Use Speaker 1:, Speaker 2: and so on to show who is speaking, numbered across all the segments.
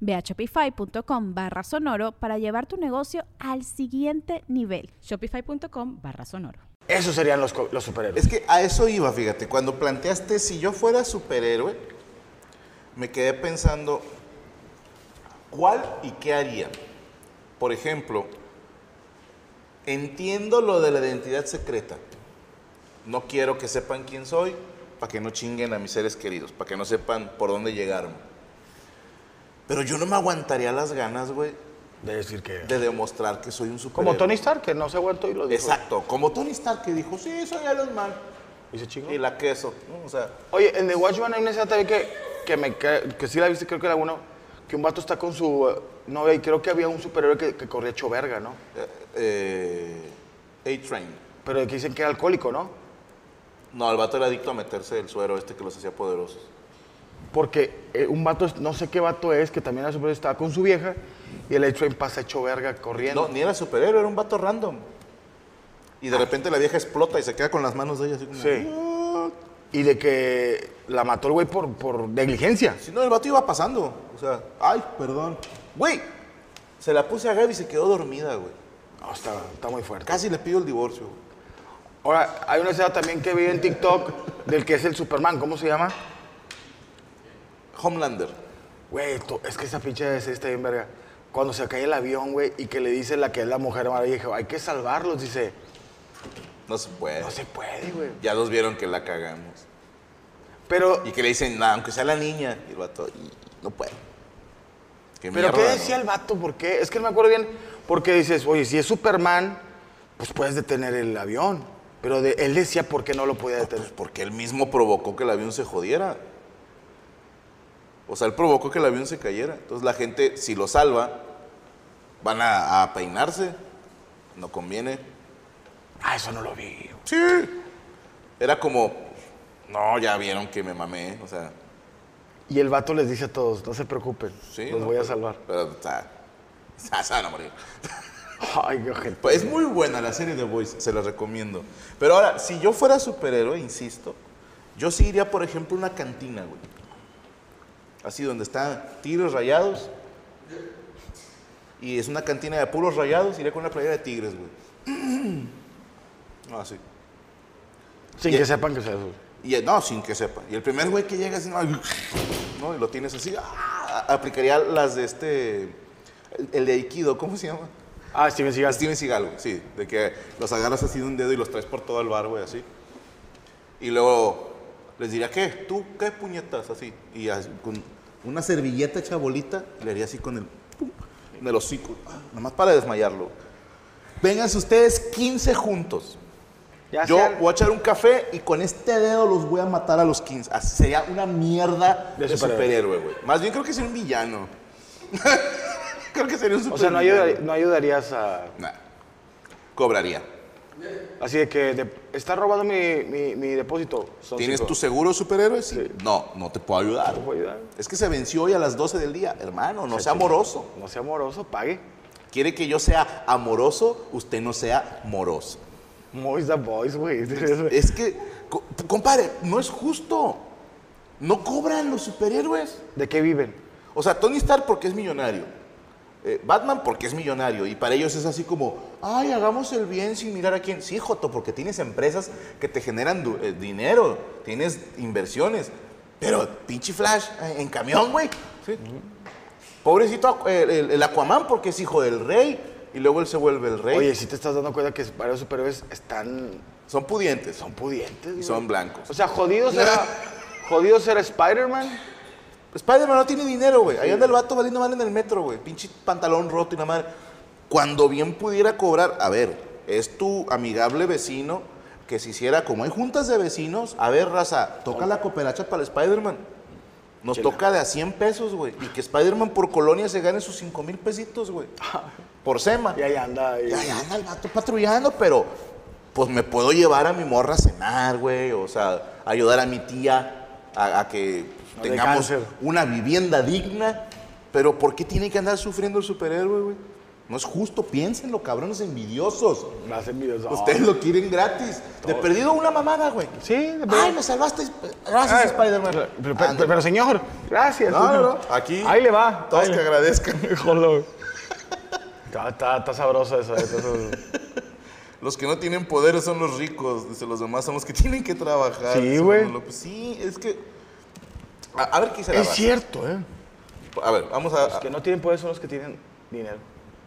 Speaker 1: Ve a shopify.com barra sonoro para llevar tu negocio al siguiente nivel.
Speaker 2: Shopify.com barra sonoro.
Speaker 3: Esos serían los, co- los superhéroes.
Speaker 4: Es que a eso iba, fíjate, cuando planteaste si yo fuera superhéroe, me quedé pensando cuál y qué haría. Por ejemplo, entiendo lo de la identidad secreta. No quiero que sepan quién soy para que no chinguen a mis seres queridos, para que no sepan por dónde llegaron. Pero yo no me aguantaría las ganas, güey,
Speaker 3: De decir que.
Speaker 4: de demostrar que soy un superhéroe.
Speaker 3: como Tony Stark, que no se aguantó y lo dijo.
Speaker 4: Exacto, como Tony Stark que dijo, sí, soy Iron Man.
Speaker 3: Y se chingó.
Speaker 4: Y la queso, ¿no? O sea,
Speaker 3: Oye, en The Watchman hay una escena también que, que, me, que, que sí la viste, creo que era uno, que un vato está con su eh, novia y creo que había un superhéroe que, que corría hecho verga, ¿no?
Speaker 4: eh, A-Train.
Speaker 3: Pero que dicen que era alcohólico, ¿no?
Speaker 4: No, el vato era adicto a meterse el suero este que los hacía poderosos.
Speaker 3: Porque eh, un vato, es- no sé qué vato es, que también era superhéroe, estaba con su vieja y el A-Train pasa hecho verga corriendo.
Speaker 4: No, ni era superhéroe, era un vato random. Y de repente la vieja explota y se queda con las manos de "Ah". ella así como...
Speaker 3: Ah. Sí. Y de que la mató el güey por, por negligencia.
Speaker 4: Si no, el vato iba pasando. O sea, ay, perdón. Güey, se la puse a Gaby y se quedó dormida, güey.
Speaker 3: No, está, está muy fuerte.
Speaker 4: Casi le pido el divorcio. güey.
Speaker 3: Ahora, hay una escena también que vi en TikTok del que es el Superman, ¿cómo se llama?
Speaker 4: Homelander.
Speaker 3: Güey, to- es que esa pinche es esta bien verga. Cuando se cae el avión, güey, y que le dice la que es la mujer maravilla, dijo, hay que salvarlos, dice,
Speaker 4: No se puede.
Speaker 3: no se puede, güey.
Speaker 4: Ya los vieron que la cagamos.
Speaker 3: Pero,
Speaker 4: Y que le dicen, nada, aunque sea la niña. Y el vato, "Y, no puedo.
Speaker 3: pero ¿qué
Speaker 4: mierda,
Speaker 3: decía
Speaker 4: no?
Speaker 3: el vato? ¿Por qué? Es que no me acuerdo bien, porque dices, oye, si es Superman, pues puedes detener el avión. Pero de- él decía por qué no lo podía
Speaker 4: Pues
Speaker 3: detener.
Speaker 4: porque él mismo provocó que el avión se jodiera. O sea, él provocó que el avión se cayera. Entonces la gente, si lo salva, van a, a peinarse. No conviene.
Speaker 3: Ah, eso no lo vi.
Speaker 4: Sí. Era como, no, ya vieron que me mamé. O sea,
Speaker 3: Y el vato les dice a todos, no se preocupen,
Speaker 4: sí.
Speaker 3: los
Speaker 4: no,
Speaker 3: voy a
Speaker 4: pero-
Speaker 3: salvar.
Speaker 4: Pero, o sea, se van a morir.
Speaker 3: Ay, qué ojete.
Speaker 4: Pues, es muy buena la serie de Boys, se la recomiendo. Pero ahora, si yo fuera superhéroe, insisto, yo sí iría, por ejemplo, a una cantina, güey. Así donde están tigres rayados. Y es una cantina de puros rayados, iría con una playera de tigres, güey. Ah, sí.
Speaker 3: Sin que sepan que sea eso.
Speaker 4: Y eh, no, sin que sepa. Y el primer güey que llega así, no, no, y lo tienes así, ah, aplicaría las de este, el- el de Aikido, ¿cómo se llama?
Speaker 3: Ah, Steven Seagal.
Speaker 4: Steven Seagal, güey, sí. De que los agarras así de un dedo y los traes por todo el bar, güey, así. Y luego les diría, ¿qué? ¿Tú qué puñetas? Así. Y así, con una servilleta hecha bolita, y le haría así con el... pum, en el hocico. Ah, Nomás para desmayarlo. Vénganse ustedes 15 juntos.
Speaker 3: Ya
Speaker 4: Yo
Speaker 3: sean-
Speaker 4: voy a echar un café y con este dedo los voy a matar a los 15. Así sería una mierda
Speaker 3: De
Speaker 4: de,
Speaker 3: superhéroe.
Speaker 4: superhéroe, güey. Más bien creo que sería un villano. creo que sería un superhéroe.
Speaker 3: O sea, no, ayudar- no ayudarías a...
Speaker 4: Nah. Cobraría.
Speaker 3: Así de que de- está robado mi, mi- mi depósito. Son
Speaker 4: ¿Tienes
Speaker 3: cinco.
Speaker 4: tu seguro superhéroes? No, no te puedo ayudar.
Speaker 3: ¿Te puedo ayudar?
Speaker 4: Es que se venció hoy a las 12 del día, hermano, no sea amoroso.
Speaker 3: No sea amoroso, pague.
Speaker 4: Quiere que yo sea amoroso, usted no sea moroso.
Speaker 3: Mois the boys, güey.
Speaker 4: Es que, co- compadre, no es justo. No cobran los superhéroes.
Speaker 3: ¿De qué viven?
Speaker 4: O sea, Tony Stark porque es millonario. eh, Batman porque es millonario. Y para ellos es así como, ay, hagamos el bien sin mirar a quién. Sí, Joto, porque tienes empresas que te generan du- eh, dinero, tienes inversiones. Pero pinche Flash eh, en camión, güey. Sí. Pobrecito Aqu- el, el- el Aquaman porque es hijo del rey. Y luego él se vuelve el rey.
Speaker 3: Oye, si te estás dando cuenta que varios superhéroes están
Speaker 4: Son pudientes.
Speaker 3: Son pudientes,
Speaker 4: Y
Speaker 3: güey.
Speaker 4: son blancos.
Speaker 3: O sea, jodidos era. jodidos era Spider-Man.
Speaker 4: Spider-Man no tiene dinero, güey. Ahí anda el vato valiendo mal en el metro, güey. Pinche pantalón roto y la madre. Cuando bien pudiera cobrar, a ver, es tu amigable vecino que se hiciera, como hay juntas de vecinos, a ver, raza, toca la cooperacha para el Spider-Man. Nos toca de a 100 pesos, güey. Y que Spider-Man por colonia se gane sus 5 mil pesitos, güey. Por SEMA.
Speaker 3: Y ahí anda. y-
Speaker 4: Ya, ya anda el vato patrullando, pero pues me puedo llevar a mi morra a cenar, güey. O sea, ayudar a mi tía a, a que
Speaker 3: No le
Speaker 4: tengamos
Speaker 3: cáncer.
Speaker 4: una vivienda digna. Pero ¿por qué tiene que andar sufriendo el superhéroe, güey? No es justo, piénsenlo, cabrones envidiosos.
Speaker 3: Me hacen videos. ah.
Speaker 4: Ustedes lo quieren gratis. De perdido una mamada, güey.
Speaker 3: Sí, de
Speaker 4: Ay,
Speaker 3: verdad.
Speaker 4: me salvaste. Gracias,
Speaker 3: Ay,
Speaker 4: Spider-Man.
Speaker 3: Pero, pero-
Speaker 4: Ándale.
Speaker 3: pero- pero, señor, gracias.
Speaker 4: No, no, no. Aquí.
Speaker 3: Ahí le va.
Speaker 4: Todos
Speaker 3: ahí
Speaker 4: que
Speaker 3: le-
Speaker 4: agradezcan.
Speaker 3: Híjole. Está, está, está sabroso eso. eh, está sabroso.
Speaker 4: Los que no tienen poderes son los ricos, dice los demás son los que tienen que trabajar.
Speaker 3: Sí,
Speaker 4: dice
Speaker 3: güey.
Speaker 4: Manuel López. Sí, es que. A, a ver qué se la
Speaker 3: Es
Speaker 4: raza.
Speaker 3: cierto, ¿eh?
Speaker 4: A ver, vamos a.
Speaker 3: Los que no tienen poder son los que tienen dinero.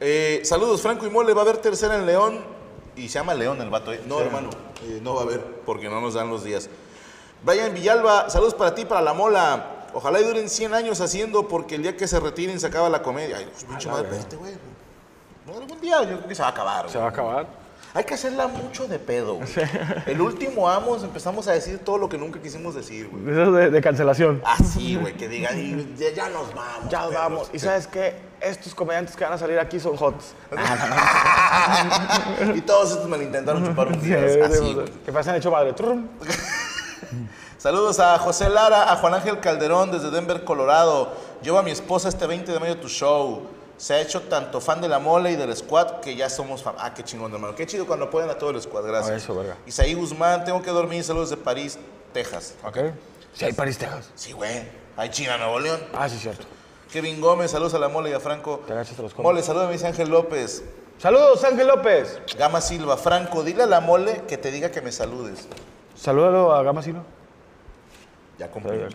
Speaker 4: Eh, saludos, Franco y Mole. Va a haber tercera en León. Y se llama León el vato, ¿eh? No, hermano, eh, no va a haber, porque no nos dan los días. Brian Villalba, saludos para ti, para la mola. Ojalá y duren 100 años haciendo, porque el día que se retiren se acaba la comedia. Ay, Dios, pinche madre, espérate, güey. No, algún día yo creo que se va a acabar.
Speaker 3: Se
Speaker 4: güey.
Speaker 3: va a acabar.
Speaker 4: Hay que hacerla mucho de pedo, güey. El último Amos empezamos a decir todo lo que nunca quisimos decir, güey.
Speaker 3: Eso de, de cancelación.
Speaker 4: Así, güey, que digan, "Y ya, ya nos vamos.
Speaker 3: Ya
Speaker 4: perros".
Speaker 3: vamos. ¿Y sabes qué? Estos comediantes que van a salir aquí son hots.
Speaker 4: y todos estos me lo intentaron chupar un día. Así, güey.
Speaker 3: que pasan hecho madre. Trum.
Speaker 4: Saludos a José Lara, a Juan Ángel Calderón desde Denver, Colorado. Llevo a mi esposa este 20 de mayo a tu show. Se ha hecho tanto fan de la mole y del squad que ya somos fan. Ah, qué chingón, hermano. Qué chido cuando pueden a todo el squad. Gracias.
Speaker 3: Ah, eso, verga.
Speaker 4: Isaí Guzmán, tengo que dormir. Saludos de París, Texas.
Speaker 3: Ok. Sí, hay París, Texas.
Speaker 4: Sí, güey. Hay China, Nuevo León.
Speaker 3: Ah, sí, cierto.
Speaker 4: Kevin Gómez, saludos a la Mole y a Franco.
Speaker 3: Te agachas, te los como.
Speaker 4: Mole, saludos a Luis Ángel López.
Speaker 3: Saludos, Ángel López.
Speaker 4: Gama Silva, Franco, dile a la Mole que te diga que me saludes.
Speaker 3: Salúdalo a Gamasino.
Speaker 4: Ya cumplí. Eh,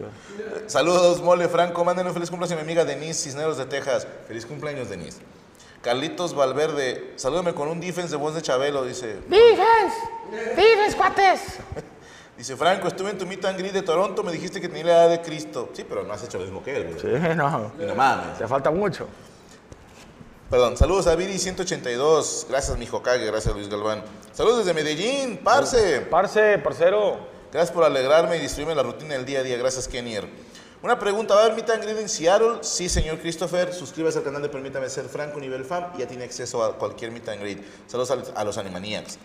Speaker 4: Saludos, Mole, Franco. Mándenle un feliz cumpleaños a mi amiga Denise Cisneros de Texas. Feliz cumpleaños, Denise. Carlitos Valverde, salúdame con un defense de voz de Chabelo, dice.
Speaker 5: ¡Vives! ¡Vives, cuates!
Speaker 4: Dice, Franco, estuve en tu meet and greet de Toronto, me dijiste que tenía la edad de Cristo. Sí, pero no has hecho lo mismo que él, güey.
Speaker 3: Sí, no.
Speaker 4: Y no mames.
Speaker 3: Te falta mucho.
Speaker 4: Perdón, saludos a Viri182. Gracias, mi Hokage. Gracias, Luis Galván. Saludos desde Medellín, parce.
Speaker 3: Parce, parcero.
Speaker 4: Gracias por alegrarme y distribuirme la rutina del día a día. Gracias, Kenier. Una pregunta, ¿va a haber Meet and Greet en Seattle? Sí, señor Christopher. Suscríbase al canal de Permítame Ser Franco Nivel Fam y ya tiene acceso a cualquier Meet and Greet. Saludos a, a los Animaniacs.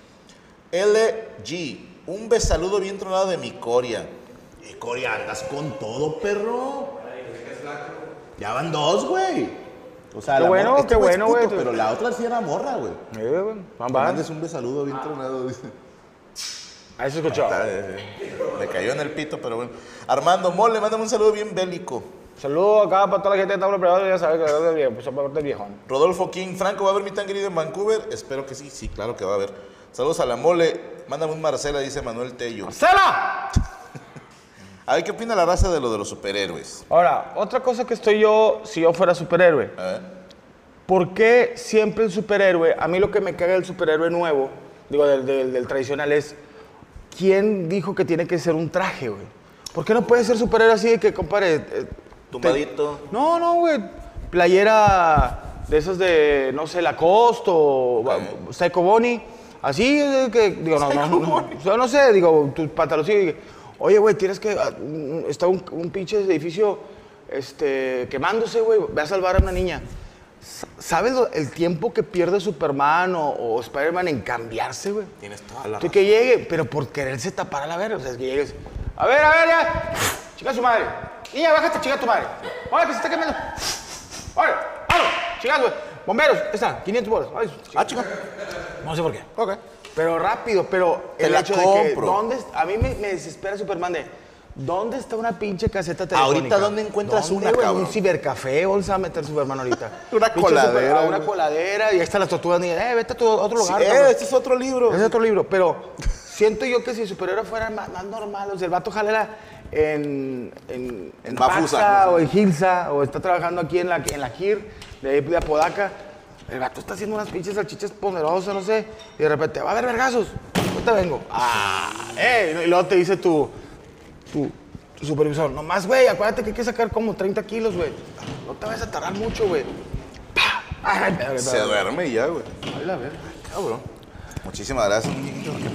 Speaker 4: LG, un besaludo bien tronado de mi Coria. Eh, Coria, andas con todo, perro. Ya van dos, güey. O sea,
Speaker 3: Qué
Speaker 4: la
Speaker 3: bueno,
Speaker 4: mor- este
Speaker 3: qué
Speaker 4: güey Ah. es
Speaker 3: bueno,
Speaker 4: puto,
Speaker 3: güey.
Speaker 4: Pero la otra sí era morra, güey.
Speaker 3: Eh, bueno, van, van.
Speaker 4: Mandes un besaludo bien tronado, dice.
Speaker 3: Ahí se escuchó.
Speaker 4: Está, eh, eh, Me cayó en el pito, pero bueno. Armando Mole, mándame un saludo bien bélico.
Speaker 3: Saludos acá para toda la gente de Tablo Privado. Ya sabes que es de viejo, pues son parte de viejón.
Speaker 4: Rodolfo King, Franco, ¿va a haber mi tangrido en Vancouver? Espero que sí, sí, claro que va a haber. Saludos a la Mole, mándame un Marcela, dice Manuel Tello.
Speaker 3: ¡Cela!
Speaker 4: A ver, ¿qué opina la raza de lo de los superhéroes?
Speaker 3: Ahora, otra cosa que estoy yo, si yo fuera superhéroe.
Speaker 4: A ver.
Speaker 3: ¿Por qué siempre el superhéroe, a mí lo que me caga del superhéroe nuevo, digo, del, del- del tradicional es, ¿quién dijo que tiene que ser un traje, güey? ¿Por qué no puede ser superhéroe así de que, compadre... eh, te-
Speaker 4: Tumbadito.
Speaker 3: no, no, güey. Playera de esas de, no sé, Lacoste o
Speaker 4: Ok.
Speaker 3: va- Psycho Bonnie. Así, eh, que, digo, no, no, no, no. Yo no sé, digo, tus pantaloncillos. y- Oye, güey, tienes que, ah, mm, está un, un pinche edificio, este, quemándose, güey, ve a salvar a una niña. ¿Sabes lo- el tiempo que pierde Superman o, o Spider-Man en cambiarse, güey?
Speaker 4: Tienes toda la
Speaker 3: Tú
Speaker 4: razón.
Speaker 3: que llegue, pero por quererse tapar a la verga. O sea, es que llegues. A ver, a ver, ya. Chica su madre. Niña, bájate, chica tu madre. Ahora que se está quemando. Ahora, ahora. Chicas, güey. Bomberos, ahí están, 500 bolas. Ay,
Speaker 4: Ah, chica.
Speaker 3: no sé por qué.
Speaker 4: Ok.
Speaker 3: Pero rápido, pero
Speaker 4: Te
Speaker 3: el
Speaker 4: la
Speaker 3: hecho de que.
Speaker 4: compro.
Speaker 3: ¿dónde, es- a mí me, me desespera Superman de. ¿Dónde está una pinche caseta telefónica?
Speaker 4: Ahorita, ¿dónde encuentras
Speaker 3: ¿Dónde,
Speaker 4: una,
Speaker 3: güey? En
Speaker 4: cabrón?
Speaker 3: un cibercafé, vamos a meter Superman ahorita.
Speaker 4: Una
Speaker 3: Pinche
Speaker 4: coladera,
Speaker 3: super- ah, una
Speaker 4: güey.
Speaker 3: coladera, y ahí están las tortugas. niña, Eh, vete a tu otro
Speaker 4: Sí,
Speaker 3: lugar.
Speaker 4: eh,
Speaker 3: cabrón.
Speaker 4: este es otro libro.
Speaker 3: Es otro libro, pero siento yo que si el superhéroe fuera ma- más, normal, o sea, el vato jalera en, en,
Speaker 4: En Bafusa.
Speaker 3: Paxa, o en Gilsa, o está trabajando aquí en la, en la GIR de, ahí de Apodaca, el vato está haciendo unas pinches salchichas ponderosas, no sé, y de repente va a haber vergazos. ahorita vengo. Ah, eh, y luego te dice tu, tu, tu supervisor, nomás, güey, acuérdate que hay que sacar como 30 kilos, güey. No te vas a tardar mucho, güey. Pa. Ay, verga,
Speaker 4: Se duerme y ya, güey.
Speaker 3: Ay, la verga.
Speaker 4: Cabrón. Muchísimas gracias.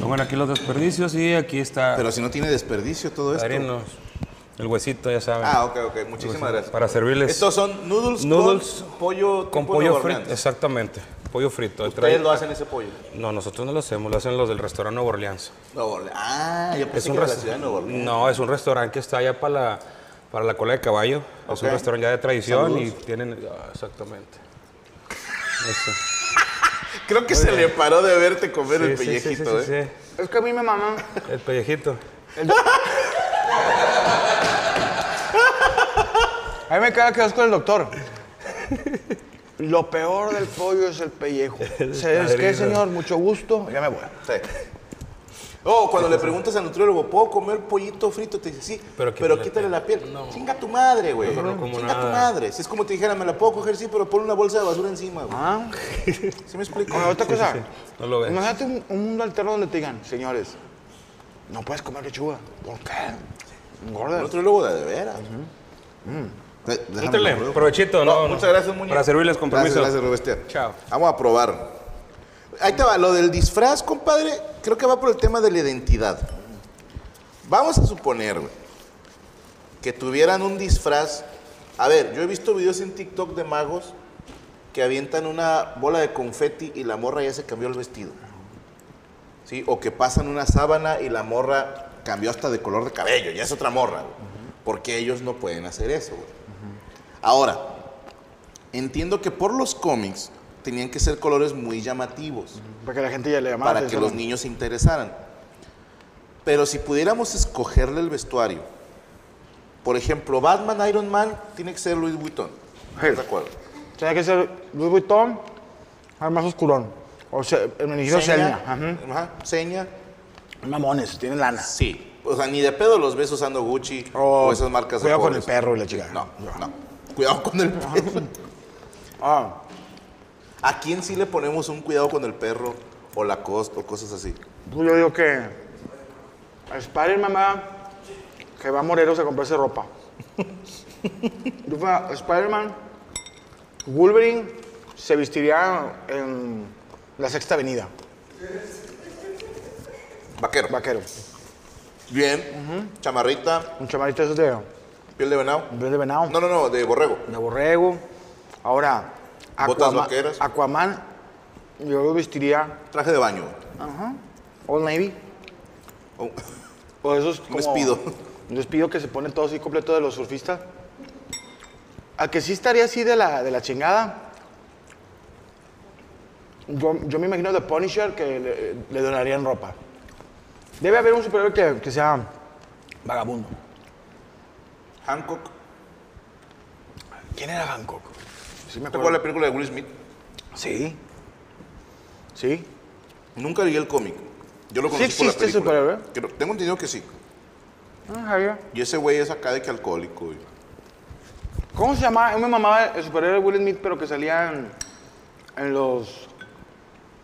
Speaker 6: Pongan aquí los desperdicios y aquí está.
Speaker 4: Pero si no tiene desperdicio todo esto.
Speaker 6: Carinos. El huesito, ya saben.
Speaker 4: Ah, ok, ok. Muchísimas gracias.
Speaker 6: Pues, Para servirles.
Speaker 4: Estos son noodles,
Speaker 6: Noodles
Speaker 4: con pollo
Speaker 6: Con
Speaker 4: tipo
Speaker 6: pollo
Speaker 4: Nueva
Speaker 6: frito.
Speaker 4: Orleans.
Speaker 6: Exactamente. Pollo frito.
Speaker 4: Ustedes lo hacen ese pollo.
Speaker 6: No, nosotros no lo hacemos, lo hacen los del restaurante Nueva Orleans.
Speaker 4: Nueva Orleans. Ah, yo pensé
Speaker 6: Es un
Speaker 4: que era la ciudad de
Speaker 6: restaurante.
Speaker 4: Nueva Orleans.
Speaker 6: No, es un restaurante que está allá para la, para la cola de caballo. Es un
Speaker 4: Ok.
Speaker 6: restaurante ya de tradición y
Speaker 4: Saludos.
Speaker 6: tienen. ah, exactamente. Eso.
Speaker 4: Creo que se le paró de verte comer el
Speaker 6: Sí, sí, sí, sí,
Speaker 4: pellejito,
Speaker 6: sí,
Speaker 4: ¿eh?
Speaker 6: sí.
Speaker 3: Es que a mí me maman.
Speaker 6: El pellejito.
Speaker 3: A mí me queda que vas con el doctor. Lo peor del pollo es el pellejo. ¿Sabes qué,
Speaker 6: padrino.
Speaker 3: señor? Mucho
Speaker 4: Pues
Speaker 3: gusto. Ya me voy.
Speaker 4: Sí. Oh, cuando le preguntas al nutriólogo, ¿puedo comer pollito frito? Te dice, sí, pero,
Speaker 6: Pero
Speaker 4: quítale
Speaker 6: quítale
Speaker 4: la piel. Chinga tu madre, güey.
Speaker 6: Yo no como
Speaker 4: Chinga tu
Speaker 6: nada.
Speaker 4: madre. Si es como te dijera, me la puedo coger, sí, pero pon una bolsa de basura encima, güey.
Speaker 3: Ah,
Speaker 4: ¿Sí me explico?
Speaker 6: Ah,
Speaker 3: Oye, otra cosa.
Speaker 6: No lo ves.
Speaker 3: Imagínate un, un mundo alterno donde te digan, señores, no puedes comer lechuga. ¿Por qué? Engorda.
Speaker 4: El nutriólogo de, de veras.
Speaker 7: Eh,
Speaker 4: De- déjame
Speaker 6: Útele,
Speaker 4: lo pruebo.
Speaker 6: provechito, no, no.
Speaker 4: Muchas gracias, Muñe.
Speaker 6: Para servirles con
Speaker 4: Gracias,
Speaker 6: permiso.
Speaker 4: Gracias, Rubester.
Speaker 6: Chao.
Speaker 4: Vamos a probar. Ahí te va, lo del disfraz, compadre, creo que va por el tema de la identidad. Vamos a suponer, güey, que tuvieran un disfraz. A ver, yo he visto videos en TikTok de magos que avientan una bola de confeti y la morra ya se cambió el vestido. ¿Sí? O que pasan una sábana y la morra cambió hasta de color de cabello, ya es otra morra. güey. Porque ellos no pueden hacer eso, güey. Ahora, entiendo que por los cómics tenían que ser colores muy llamativos
Speaker 3: Para que la gente ya le llamara la
Speaker 4: para que
Speaker 3: atención.
Speaker 4: los niños se interesaran. Pero si pudiéramos escogerle el vestuario, por ejemplo, Batman Iron Man tiene que ser Louis Vuitton.
Speaker 3: Sí.
Speaker 4: ¿Estás de acuerdo?
Speaker 3: Tiene que ser Louis Vuitton, además oscurón. O sea, el menigiro Selma. Ajá.
Speaker 4: Ajá, Seña.
Speaker 3: Mamones, tienen lana.
Speaker 4: Sí. O sea, ni de pedo los ves usando Gucci
Speaker 3: Oh,
Speaker 4: o esas marcas
Speaker 3: cuidado con
Speaker 4: pobres.
Speaker 3: el perro y la chica.
Speaker 4: No, no. Cuidado con el perro.
Speaker 3: Ah,
Speaker 4: ¿A quién sí le ponemos un cuidado con el perro o la costa o cosas así?
Speaker 3: pues yo digo que Spider mamá que va a Morelos a comprarse ropa. Yo fui a Spider-Man, Wolverine se vestiría en la sexta avenida,
Speaker 4: Vaquero.
Speaker 3: vaquero.
Speaker 4: Bien. Chamarrita,
Speaker 3: Un chamarito esos de,
Speaker 4: piel de venado.
Speaker 3: piel de venado.
Speaker 4: No, no, no, de borrego.
Speaker 3: de borrego. Ahora,
Speaker 4: Botas
Speaker 3: Aquaman,
Speaker 4: vaqueras.
Speaker 3: Aquaman, yo lo vestiría
Speaker 4: Traje de baño.
Speaker 3: Old Navy.
Speaker 4: Oh,
Speaker 3: O esos pues como,
Speaker 4: despido.
Speaker 3: Un despido que se pone todo así completo de los surfistas. A que sí estaría así de la, de la chingada. Yo, yo me imagino de Punisher que le, le donarían ropa. Debe haber un superhéroe que, que sea vagabundo.
Speaker 4: Hancock.
Speaker 3: ¿Quién era Hancock? Sí, me
Speaker 4: ¿Te acuerdas
Speaker 3: acuerdo.
Speaker 4: la película de Will Smith?
Speaker 3: Sí. Sí.
Speaker 4: Nunca leí el cómic. Yo lo
Speaker 3: ¿Sí
Speaker 4: conocí por la
Speaker 3: existe
Speaker 4: película.
Speaker 3: superhéroe?
Speaker 4: Creo- Tengo entendido que sí.
Speaker 3: Ah, Javier.
Speaker 4: Y ese güey es acá de que alcohólico. güey.
Speaker 3: ¿Cómo se llamaba? Yo me mamaba el superhéroe Will Smith, pero que salía en, en los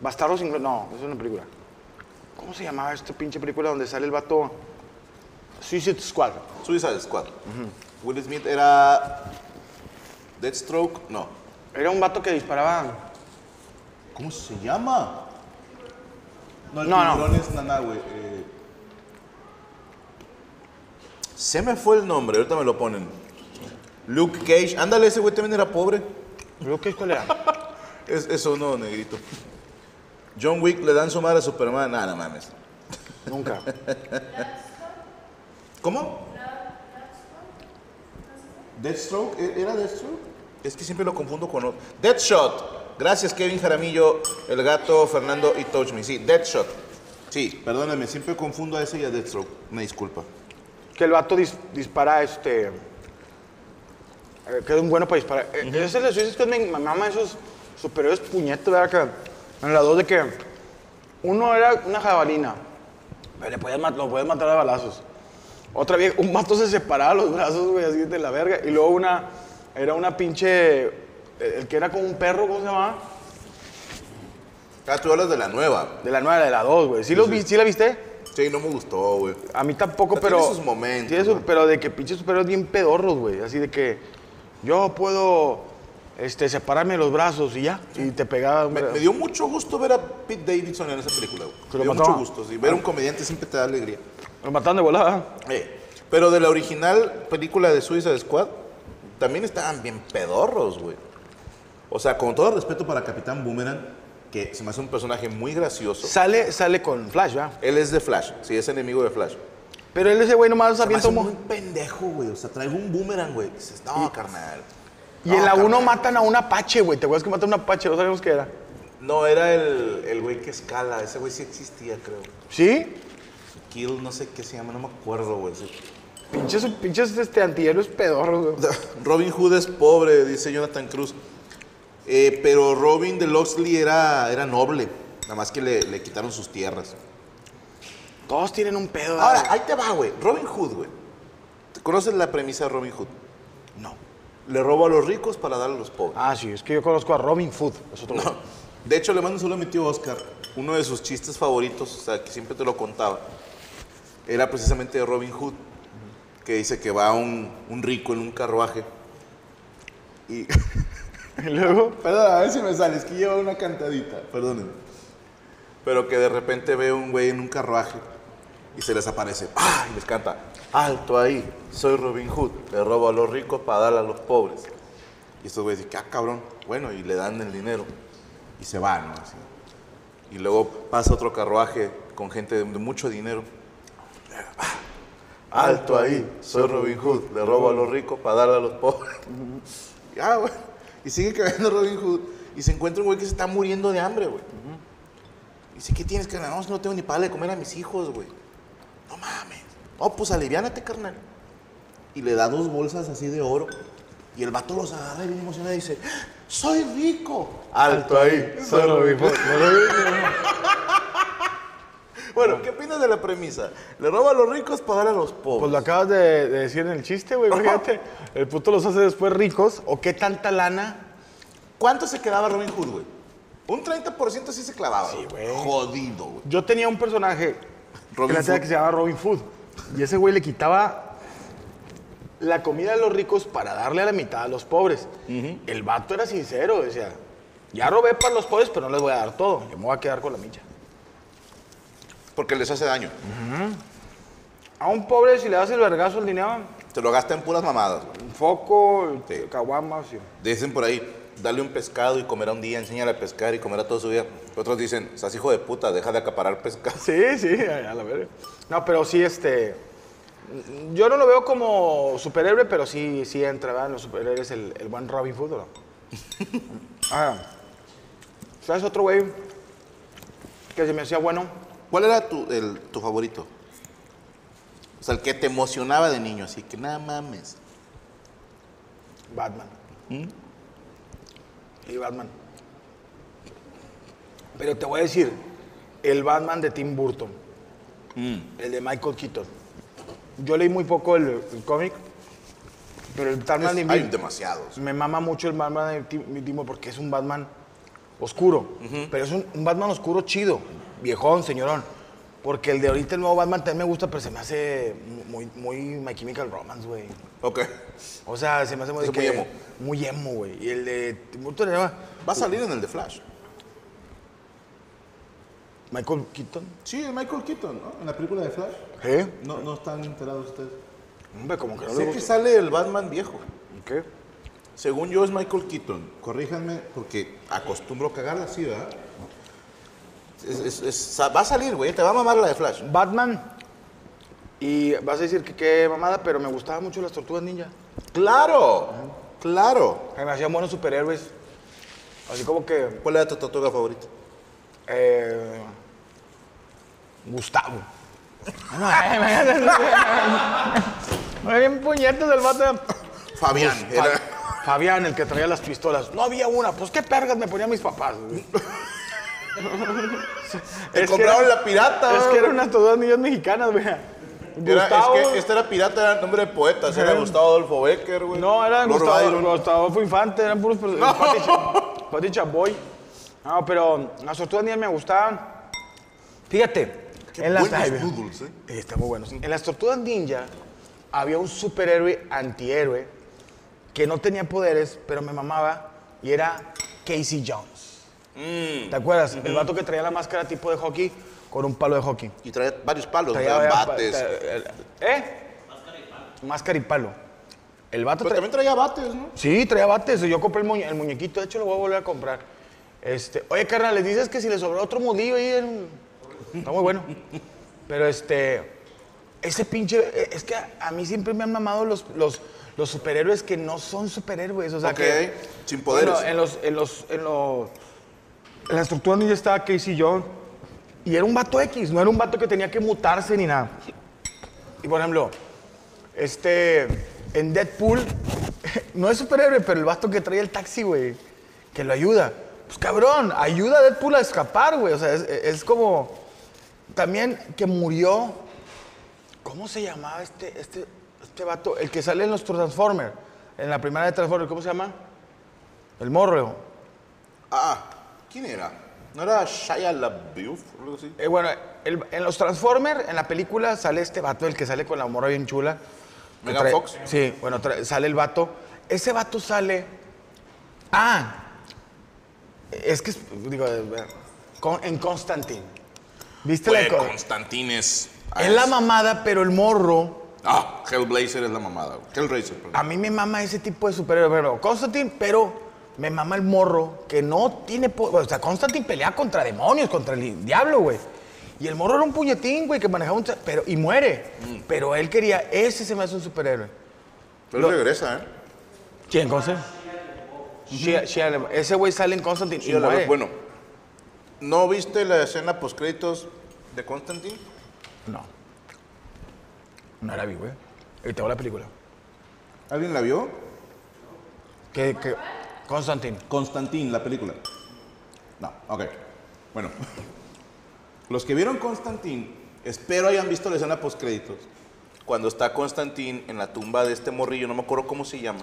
Speaker 3: Bastardos sin Glo- No, eso es una película. ¿Cómo se llamaba esta pinche película donde sale el vato? Suicide Squad.
Speaker 4: Suicide Squad. Will Smith era... Deathstroke. No.
Speaker 3: Era un vato que disparaba.
Speaker 4: ¿Cómo se llama? No, el
Speaker 3: No, no.
Speaker 4: tiburón es naná, güey. eh. Se me fue el nombre. Ahorita me lo ponen. Luke Cage. Ándale, ese güey también era pobre.
Speaker 3: ¿Yo qué cuál era?
Speaker 4: Es, es uno negrito. John Wick le dan su madre a Superman. Nada, no mames.
Speaker 3: Nunca.
Speaker 4: ¿Cómo? Deathstroke. ¿E- ¿Era Deathstroke? Es que siempre lo confundo con otro. Deathshot. Gracias, Kevin Jaramillo, el gato, Fernando y Touch Me. Sí, Deathshot. Sí, perdóname, siempre confundo a ese y a Deathstroke. Me disculpa.
Speaker 3: Que el vato dis- dispara este. eh, que es un bueno para disparar. Eh, Ese de Suicide Squad me me mama esos superhéroes puñetos, ¿verdad? Que en la dos de que uno era una jabalina. Pero le podías mat- lo podías matar a balazos. Otra vieja, un vato se separaba los brazos, güey, así de la verga. Y luego una, eh, era una pinche, el que era como un perro, ¿cómo se llamaba?
Speaker 4: Ah, tú hablas de la nueva.
Speaker 3: De la nueva, de la dos, güey. ¿Sí, los vi- ¿Sí la viste?
Speaker 4: Sí, no me gustó, güey.
Speaker 3: A mí tampoco,
Speaker 4: No,
Speaker 3: pero.
Speaker 4: tiene sus momentos,
Speaker 3: tiene sus-
Speaker 4: ¿no?
Speaker 3: pero de que pinches superhéroes bien pedorros, güey. Así de que yo puedo este, separarme de los brazos y ya. Y te pegaba.
Speaker 4: Me, me dio mucho gusto ver a Pete Davidson en esa película, güey.
Speaker 3: Que lo
Speaker 4: Me dio
Speaker 3: mataba.
Speaker 4: mucho gusto, sí. Ver a un comediante siempre te da alegría.
Speaker 3: Lo mataron de volada.
Speaker 4: Eh, pero de la original película de Suicide Squad, también estaban bien pedorros, güey. O sea, con todo respeto para Capitán Boomerang, que se me hace un personaje muy gracioso.
Speaker 3: Sale, sale con Flash, ¿verdad?
Speaker 4: Él es de Flash, sí, es enemigo de Flash.
Speaker 3: Pero él ese güey nomás
Speaker 4: Se me
Speaker 3: avienta
Speaker 4: hace
Speaker 3: un mo-
Speaker 4: un pendejo, güey. O sea, traigo un boomerang, güey. Dices, no, carnal.
Speaker 3: Y
Speaker 4: No,
Speaker 3: en la
Speaker 4: carnal.
Speaker 3: 1 matan a un apache, güey. ¿Te acuerdas que matan a un apache? No sabemos qué era.
Speaker 4: No, era el el güey que escala. Ese güey sí existía, creo.
Speaker 3: ¿Sí?
Speaker 4: Kill, no sé qué se llama, no me acuerdo, güey. Sí.
Speaker 3: Pinches, pinches este, antihéroes pedorros, güey.
Speaker 4: Robin Hood es pobre, dice Jonathan Cruz. Eh, pero Robin de Loxley era, era noble. Nada más que le, le quitaron sus tierras.
Speaker 3: Todos tienen un pedo.
Speaker 4: Ahora,
Speaker 3: güey.
Speaker 4: ahí te va, güey. Robin Hood, güey. ¿Te ¿Conoces la premisa de Robin Hood? No. Le roba a los ricos para dar a los pobres.
Speaker 3: Ah, sí, es que yo conozco a Robin Food. Es otro güey.
Speaker 4: De hecho, le mando un saludo a mi tío Oscar. Uno de sus chistes favoritos, o sea, que siempre te lo contaba, era precisamente de Robin Hood, que dice que va un, un rico en un carruaje. Y.
Speaker 3: Y luego,
Speaker 4: Perdón, a ver si me sale, es que lleva una cantadita, perdónenme. Pero que de repente ve un güey en un carruaje y se les aparece. ¡Ah! Y les canta: Alto ahí, soy Robin Hood, le robo a los ricos para darle a los pobres. Y estos güeyes dicen: ¡Ah, cabrón! Bueno, y le dan el dinero. Y se van, ¿no? Así. Y luego pasa otro carruaje con gente de, de mucho dinero. ¡Ah! Alto ahí, soy Robin Hood, le robo a los ricos para darle a los pobres. Ya, güey. Y sigue cagando Robin Hood. Y se encuentra un güey que se está muriendo de hambre, güey. Y Dice, ¿qué tienes, carnal? No, no tengo ni para darle de comer a mis hijos, güey. No mames. No, pues aliviánate, carnal. Y le da dos bolsas así de oro. Y el vato los agarra y bien emocionado y dice, "¡Ah! ¡Soy rico! Alto ahí, soy Robin Hood. Bueno, ¿qué opinas de la premisa? Le roba a los ricos para dar a los pobres.
Speaker 3: pues lo acabas de, de decir en el chiste, güey. Fíjate, el puto los hace después ricos. ¿O qué tanta lana?
Speaker 4: ¿Cuánto se quedaba Robin Hood, güey? Un 30% sí se clavaba. Sí, güey. Jodido, güey.
Speaker 3: Yo tenía un personaje
Speaker 4: Robin
Speaker 3: que, la hacía
Speaker 4: Food.
Speaker 3: que se llamaba Robin Food. Y ese güey le quitaba la comida a los ricos para darle a la mitad a los pobres. El vato era sincero, decía, ya robé para los pobres, pero no les voy a dar todo. Yo me voy a quedar con la micha.
Speaker 4: Porque les hace daño.
Speaker 3: A un pobre, si le das el vergazo el dinero,
Speaker 4: Te lo gasta en puras mamadas, güey.
Speaker 3: un foco,
Speaker 4: Sí.
Speaker 3: caguamas. y-
Speaker 4: Dicen por ahí, dale un pescado y comerá un día, enséñale a pescar y comerá toda su vida. Otros dicen, estás hijo de puta, deja de acaparar pescado.
Speaker 3: Sí, sí, a a la verga. No, pero sí, este. Yo no lo veo como superhéroe, pero sí, sí entra, ¿verdad? En los superhéroes el, el buen Robin Hood, ¿o ¿no? Ah. ¿Sabes otro güey que se me hacía bueno?
Speaker 4: ¿Cuál era tu, el- tu favorito? O sea, el que te emocionaba de niño, así que nada mames.
Speaker 3: Batman. Sí, Batman. Pero te voy a decir, el Batman de Tim Burton, el de Michael Keaton. Yo leí muy poco el, el cómic, pero el Batman
Speaker 4: Es-
Speaker 3: de
Speaker 4: hay
Speaker 3: Mil-
Speaker 4: demasiados.
Speaker 3: Me mama mucho el Batman de Tim, mi Timo porque es un Batman oscuro. Pero es un, un Batman oscuro chido, viejón, señorón. Porque el de ahorita, el nuevo Batman, también me gusta, pero se me hace muy, muy My Chemical Romance, güey.
Speaker 4: Ok.
Speaker 3: O sea, se me hace muy,
Speaker 4: Es
Speaker 3: que-
Speaker 4: muy emo.
Speaker 3: Muy emo, güey. Y el de Tim Burton era
Speaker 4: Va a salir en el de Flash.
Speaker 3: Michael Keaton.
Speaker 4: Sí, el Michael Keaton, ¿no? En la película de Flash.
Speaker 3: ¿Eh?
Speaker 4: No, no están enterados ustedes.
Speaker 3: Hombre, como que no le
Speaker 4: sé que
Speaker 3: gusta.
Speaker 4: sale el Batman viejo.
Speaker 3: ¿Qué?
Speaker 4: Según yo es Michael Keaton. Corríjanme porque acostumbro cagarla así, ¿verdad? Es- es- es- va a salir, güey. Te va a mamar la de Flash.
Speaker 3: Batman. Y vas a decir que qué mamada, pero me gustaban mucho las tortugas ninja.
Speaker 4: ¡Claro! ¡Claro!
Speaker 3: Que me hacían buenos superhéroes. Así como que.
Speaker 4: ¿Cuál era tu tortuga favorita?
Speaker 3: eh, Gustavo. Muy bien puñetas del vato.
Speaker 4: Fabián.
Speaker 7: Pues,
Speaker 3: Fa- Fabián, el que traía las pistolas. No había una. Pues qué pergas me ponían mis papás. güey.
Speaker 4: Te
Speaker 3: Es que
Speaker 4: compraron
Speaker 3: era-
Speaker 4: la pirata,
Speaker 3: Es
Speaker 4: güey.
Speaker 3: que eran unas todas niñas mexicanas, güey.
Speaker 4: Era-
Speaker 3: Gustavo.
Speaker 4: Es que este era pirata, era nombre de poetas. Era Gustavo Adolfo Becker, güey.
Speaker 3: No, eran
Speaker 4: Lord
Speaker 3: Gustavo,
Speaker 4: Byron.
Speaker 3: Gustavo fue Infante, eran puros... No. Pati, Cha- Pati Chapoy. No, pero las tortugas ninja me gustaban. Fíjate,
Speaker 4: Qué
Speaker 3: en las,
Speaker 4: buenos
Speaker 3: Ay, ve.
Speaker 4: noodles, ¿eh?
Speaker 3: Eh, Están muy buenos. En las tortugas ninja había un superhéroe antihéroe que no tenía poderes, pero me mamaba y era Casey Jones.
Speaker 4: Mm.
Speaker 3: ¿Te acuerdas? El vato que traía la máscara tipo de hockey con un palo de hockey.
Speaker 4: Y trae varios palos,
Speaker 3: Traía-
Speaker 4: trae
Speaker 3: pa-
Speaker 4: bates.
Speaker 3: tra- el- ¿Eh? Máscara y palo. El vato
Speaker 4: Pero
Speaker 3: traía-
Speaker 4: también traía bates, ¿no?
Speaker 3: Sí, traía bates. Yo compré el, muñe- el muñequito. De hecho, lo voy a volver a comprar. Este, oye, carnal, les dices que si le sobró otro mudillo ahí en- Está muy bueno. Pero este... Ese pinche... eh, Es que a, a mí siempre me han mamado los, los, los superhéroes que no son superhéroes. O sea,
Speaker 4: Ok,
Speaker 3: que...
Speaker 4: sin poderes.
Speaker 3: Bueno, en los... En los... En los... En la estructura donde yo estaba Casey John. Y era un vato X. No era un vato que tenía que mutarse ni nada. Y por ejemplo, este, en Deadpool, no es superhéroe, pero el vato que trae el taxi, güey, que lo ayuda. Pues cabrón, ayuda a Deadpool a escapar, güey. O sea, es, es como. También que murió. ¿Cómo se llamaba este, este, este vato? El que sale en los Transformers. En la primera de Transformers, ¿cómo se llama? El morro.
Speaker 4: Ah, ¿quién era? ¿No era Shia LaBeouf o algo así?
Speaker 3: Eh, bueno, el- en los Transformers, en la película, sale este vato, el que sale con la morra bien chula. que
Speaker 4: ¿Megan
Speaker 3: trae-
Speaker 4: Fox?
Speaker 3: Sí, bueno, trae- sale el vato. Ese vato sale. Ah, es que, es- digo, eh, con- en Constantine. ¿Viste la
Speaker 4: Fue
Speaker 3: co-
Speaker 4: Constantines.
Speaker 3: Es la mamada, pero el morro.
Speaker 4: Ah, Hellblazer es la mamada. güey. Hellraiser, perdón.
Speaker 3: A mí me mama ese tipo de superhéroe. Bueno, Constantine, pero me mama el morro que no tiene. po- O sea, Constantine pelea contra demonios, contra el diablo, güey. Y el morro era un puñetín, güey, que manejaba un. tra- Pero, y muere.
Speaker 4: Mm.
Speaker 3: Pero él quería. Ese se me hace un superhéroe.
Speaker 4: Pero
Speaker 3: lo-
Speaker 4: regresa, ¿eh?
Speaker 3: ¿Quién, Constantine? Shia- Shia LaBeouf. ese güey sale en Constantine.
Speaker 4: Sí,
Speaker 3: y
Speaker 4: a la
Speaker 3: muere.
Speaker 4: vez, bueno. ¿No viste la escena post créditos de Constantine?
Speaker 3: No. No la vi, güey. Y te hago la película.
Speaker 4: ¿Alguien la vio?
Speaker 3: ¿Qué, qué? Constantine.
Speaker 4: Constantine, la película. No, ok. Bueno. Los que vieron Constantine, espero hayan visto la escena post créditos. Cuando está Constantine en la tumba de este morrillo, no me acuerdo cómo se llama.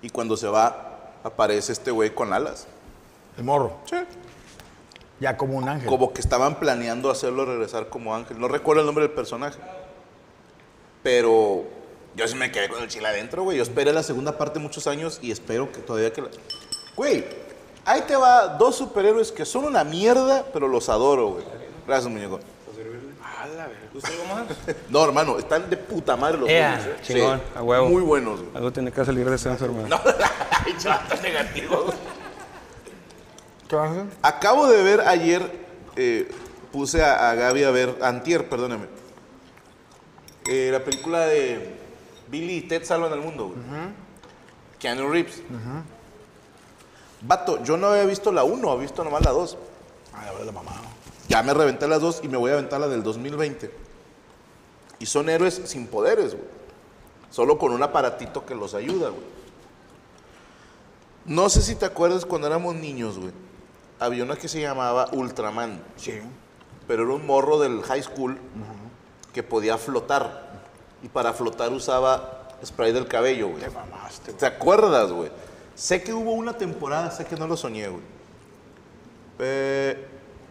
Speaker 4: Y cuando se va, aparece este güey con alas.
Speaker 3: El morro.
Speaker 4: Sí.
Speaker 3: Ya como un ángel.
Speaker 4: Como que estaban planeando hacerlo regresar como ángel. No recuerdo el nombre del personaje. Pero yo sí me quedé con el chile adentro, güey. Yo esperé la segunda parte muchos años y espero que todavía que la... Güey, ahí te va dos superhéroes que son una mierda, pero los adoro, güey. Gracias, muñeco. No, hermano, están de puta madre los
Speaker 6: Ea,
Speaker 4: cómics, ¿eh?
Speaker 6: chingón,
Speaker 4: Sí,
Speaker 6: a huevo.
Speaker 4: Muy buenos, güey.
Speaker 6: Algo tiene que salir de ese enfermedad.
Speaker 4: Ay, chaval, negativo.
Speaker 3: ¿Qué vas a hacer?
Speaker 4: Acabo de ver ayer, eh, puse a, a Gaby a ver, antier, perdóname, eh, la película de Billy y Ted salvan al mundo, güey. Keanu Reeves. Vato, yo no había visto la 1, había visto nomás la 2.
Speaker 3: Ah, la verdad, la mamá.
Speaker 4: Ya me reventé las dos y me voy a aventar la del 2020. Y son héroes sin poderes, güey. Solo con un aparatito que los ayuda, güey. No sé si te acuerdas cuando éramos niños, güey. Había una que se llamaba Ultraman,
Speaker 3: Sí.
Speaker 4: pero era un morro del high school que podía flotar. Y para flotar usaba spray del cabello, güey.
Speaker 3: Te mamaste, güey.
Speaker 4: ¿Te acuerdas, güey? Sé que hubo una temporada, sé que no lo soñé, güey. Eh,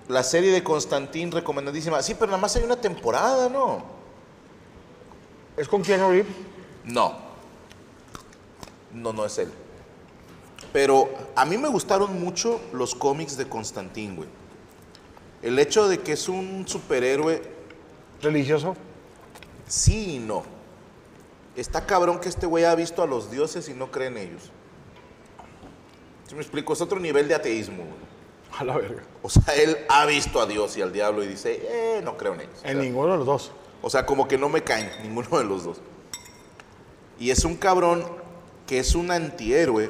Speaker 4: la serie de Constantín recomendadísima. Sí, pero nada más hay una temporada, ¿no?
Speaker 3: ¿Es con Keanu Reeves?
Speaker 4: No. No, no es él. Pero a mí me gustaron mucho los cómics de Constantín, güey. El hecho de que es un superhéroe
Speaker 3: ¿Religioso?
Speaker 4: Sí y no. Está cabrón que este güey ha visto a los dioses y no cree en ellos. Si me explico, es otro nivel de ateísmo. güey.
Speaker 3: A la verga.
Speaker 4: O sea, él ha visto a Dios y al diablo y dice, eh, no creo en ellos.
Speaker 3: En ninguno de los dos.
Speaker 4: O sea, como que no me caen ninguno de los dos. Y es un cabrón que es un antihéroe,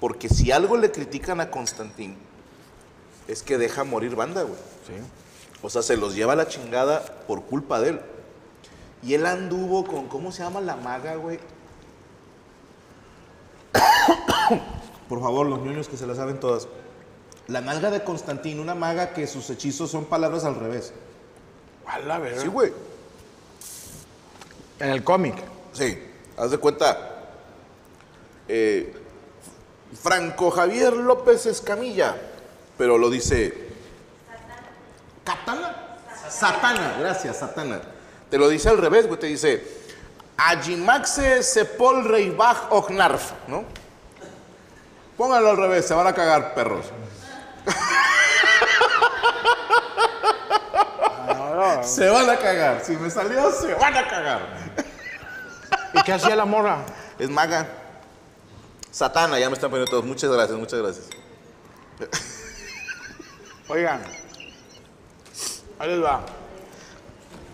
Speaker 4: porque si algo le critican a Constantín, es que deja morir banda, güey.
Speaker 3: Sí.
Speaker 4: O sea, se los lleva a la chingada por culpa de él. Y él anduvo con, ¿cómo se llama la maga, güey? Por favor, los niños que se la saben todas. La nalga de Constantino, una maga que sus hechizos son palabras al revés.
Speaker 3: A la verga.
Speaker 4: Sí, güey.
Speaker 3: En el cómic.
Speaker 4: Sí. Haz de cuenta. eh, Franco Javier López Escamilla, pero lo dice. ¿Catana? Satana, gracias, Satana. Te lo dice al revés, güey, te dice. Ajimaxe Sepol Reibach Ognarf, ¿no? Pónganlo al revés, se van a cagar, perros. Se van a cagar, si me salió, se van a cagar.
Speaker 3: ¿Y qué hacía la morra?
Speaker 4: Es maga. Satana, ya me están poniendo todos. Muchas gracias, muchas gracias.
Speaker 3: Oigan, ahí les va.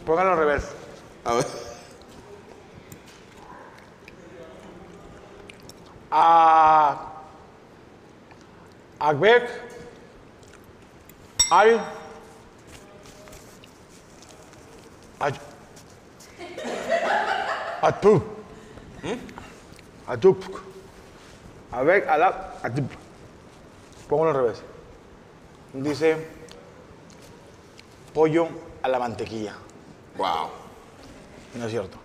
Speaker 3: Pónganlo al revés.
Speaker 4: A ver.
Speaker 3: A. Agbek. Al. A. Atup. Atup. Agbek, ala, atup. Póngalo al revés. Dice. Pollo a la mantequilla.
Speaker 4: Wow.
Speaker 3: No es cierto.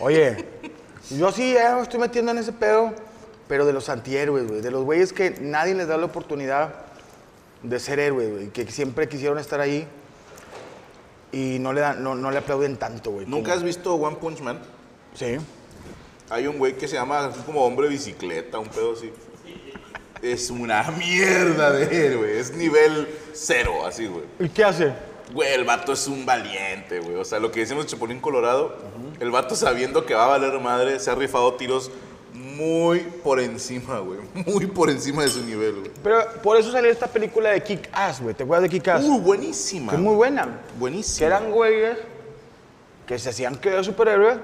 Speaker 3: Oye, yo sí ya me estoy metiendo en ese pedo, pero de los antihéroes, güey. De los güeyes que nadie les da la oportunidad de ser héroes, güey. Que siempre quisieron estar ahí y no le, dan, no, no le aplauden tanto, güey.
Speaker 4: ¿Nunca has visto One Punch Man?
Speaker 3: como- Sí.
Speaker 4: Hay un güey que se llama así como hombre bicicleta, un pedo así. Es una mierda de héroe. Es nivel cero, así, güey.
Speaker 3: ¿Y qué hace?
Speaker 4: Güey, el vato es un valiente, güey. O sea, lo que decimos Chapulín Colorado, el vato sabiendo que va a valer madre, se ha rifado tiros muy por encima, güey. Muy por encima de su nivel, güey.
Speaker 3: Pero por eso salió esta película de Kick Ass, güey. ¿Te acuerdas de Kick Ass?
Speaker 4: Muy Uh, buenísima.
Speaker 3: que es muy buena.
Speaker 4: Buenísima.
Speaker 3: Que eran güeyes que se hacían creer superhéroes,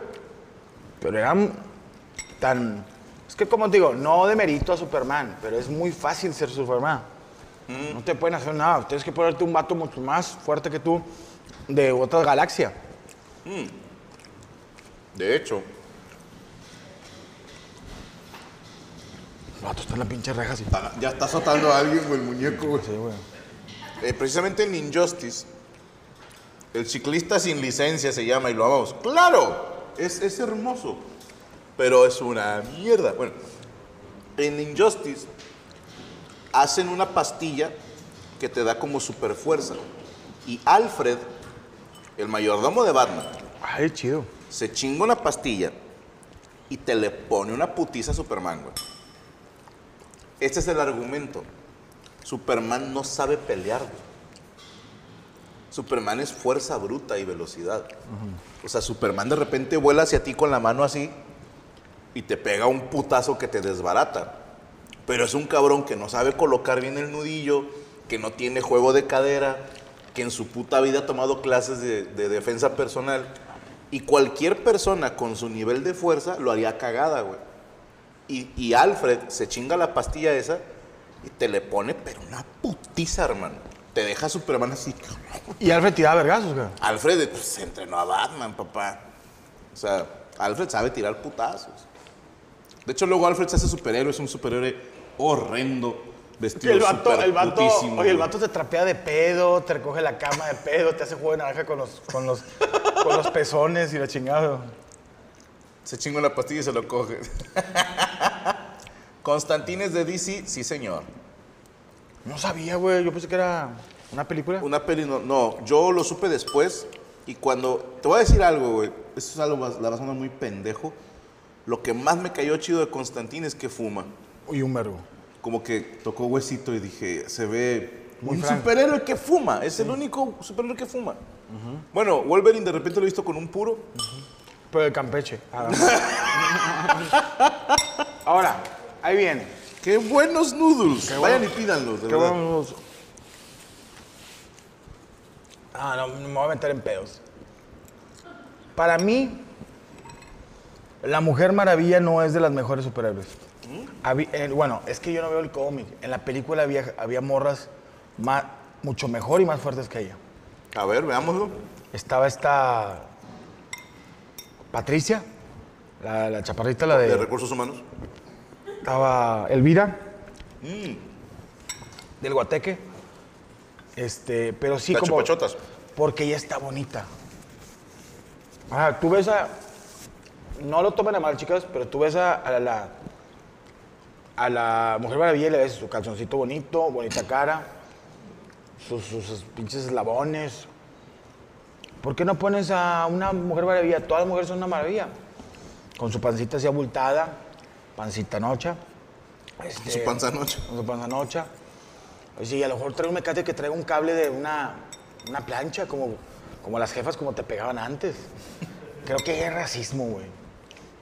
Speaker 3: pero eran tan. Es que, como te digo, no de mérito a Superman, pero es muy fácil ser Superman. No te pueden hacer nada. Tienes que ponerte un vato mucho más fuerte que tú de otra galaxia.
Speaker 4: De hecho,
Speaker 3: El vato está en la pinche reja así.
Speaker 4: ya está azotando a alguien, güey, el muñeco, güey.
Speaker 3: Sí, güey.
Speaker 4: Eh, precisamente en Injustice, el ciclista sin licencia se llama y lo amamos. ¡Claro! Es, es hermoso, pero es una mierda. Bueno, en Injustice hacen una pastilla que te da como super fuerza. Y Alfred, el mayordomo de Batman,
Speaker 3: Ay, chido.
Speaker 4: se chinga una pastilla y te le pone una putiza a Superman, güey. Este es el argumento. Superman no sabe pelear, güey. Superman es fuerza bruta y velocidad. O sea, Superman de repente vuela hacia ti con la mano así y te pega un putazo que te desbarata. Pero es un cabrón que no sabe colocar bien el nudillo, que no tiene juego de cadera, que en su puta vida ha tomado clases de, de defensa personal. Y cualquier persona con su nivel de fuerza lo haría cagada, güey. Y, y Alfred se chinga la pastilla esa y te le pone, pero una putiza, hermano. Te deja a Superman así.
Speaker 3: Y Alfred tiraba vergazos, güey.
Speaker 4: Alfred pues, se entrenó a Batman, papá. O sea, Alfred sabe tirar putazos. De hecho, luego Alfred se hace superhéroe, es un superhéroe horrendo,
Speaker 3: Y
Speaker 4: vestido
Speaker 3: el vato,
Speaker 4: super
Speaker 3: el vato,
Speaker 4: putísimo,
Speaker 3: oye, el
Speaker 4: güey.
Speaker 3: vato te trapea de pedo, te recoge la cama de pedo, te hace juego de naranja con los, con los, con los pezones y la chingada.
Speaker 4: Se chinga la pastilla y se lo coge. Constantines de DC, sí señor.
Speaker 3: No sabía, güey. Yo pensé que era una película.
Speaker 4: Una peli, no, no, yo lo supe después y cuando, te voy a decir algo, güey, esto es algo, vas- la razón muy pendejo. Lo que más me cayó chido de Constantine es que fuma.
Speaker 3: Y un verbo.
Speaker 4: como que tocó huesito y dije, se ve
Speaker 3: Muy
Speaker 4: un
Speaker 3: franco.
Speaker 4: superhéroe que fuma, es el único superhéroe que fuma. Bueno, Wolverine de repente lo he visto con un puro.
Speaker 3: Pero de Campeche. Ah, Ahora, ahí viene.
Speaker 4: ¡Qué buenos noodles! Vayan y pídanlos, de
Speaker 3: Qué
Speaker 4: verdad.
Speaker 3: buenos- Ah, no, no me voy a meter en pedos. Para mí, la Mujer Maravilla no es de las mejores superhéroes. Habí- eh, bueno, es que yo no veo el cómic. En la película había, había morras más- mucho mejor y más fuertes que ella.
Speaker 4: A ver, veámoslo.
Speaker 3: Estaba esta Patricia, la, la chaparrita, la
Speaker 4: De
Speaker 3: de...
Speaker 4: recursos humanos.
Speaker 3: Estaba Elvira,
Speaker 4: Mm,
Speaker 3: del Guateque. Este, pero sí
Speaker 4: las
Speaker 3: como...
Speaker 4: chupachotas.
Speaker 3: Porque ella está bonita. Ajá, tú ves a... No lo tomen a mal, chicas, pero tú ves a, a la, la- a la Mujer Maravilla le ves su calzoncito bonito, bonita cara, sus, sus- sus pinches eslabones. ¿Por qué no pones a una Mujer Maravilla? Todas las mujeres son una maravilla. Con su pancita así abultada, pancita nocha. este,
Speaker 4: Su panza noche.
Speaker 3: con su panza nocha. Oye, sí, a lo mejor trae un mecate que traiga un cable de una, una plancha, como, como las jefas como te pegaban antes. Creo que es racismo, güey.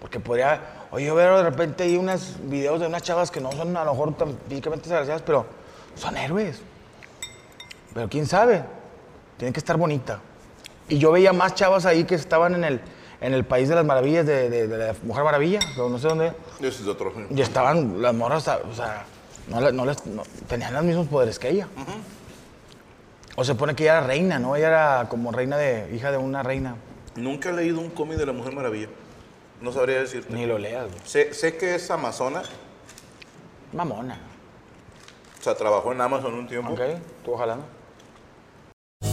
Speaker 3: Porque podría, oye, yo veo de repente ahí unos videos de unas chavas que no son a lo mejor tan físicamente desgraciadas, pero son héroes. Pero quién sabe, tiene que estar bonita. Y yo veía más chavas ahí que estaban en el, en el país de las maravillas, de, de- de la Mujer Maravilla, o no sé dónde.
Speaker 4: Ese es otro.
Speaker 3: Y estaban las morras, o sea, no, la- no les, no- tenían los mismos poderes que ella. O se pone que ella era reina, ¿no? Ella era como reina de, hija de una reina.
Speaker 4: Nunca he leído un cómic de la Mujer Maravilla. No sabría decirte.
Speaker 3: Ni lo leas, güey.
Speaker 4: Sé, sé que es amazona.
Speaker 3: Mamona.
Speaker 4: O sea, trabajó en Amazon un tiempo.
Speaker 3: ¿Ok? Tú ojalá, ¿no?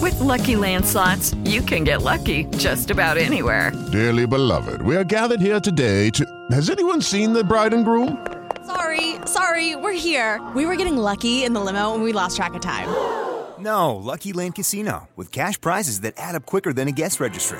Speaker 8: With Lucky Land slots, you can get lucky just about anywhere.
Speaker 9: Dearly beloved, we are gathered here today to. Has anyone seen the bride and groom?
Speaker 10: Sorry, sorry, we're here. We were getting lucky in the limo and we lost track of time.
Speaker 4: eh,
Speaker 7: No, Lucky Land Casino, with cash prizes that add up quicker than a guest registry.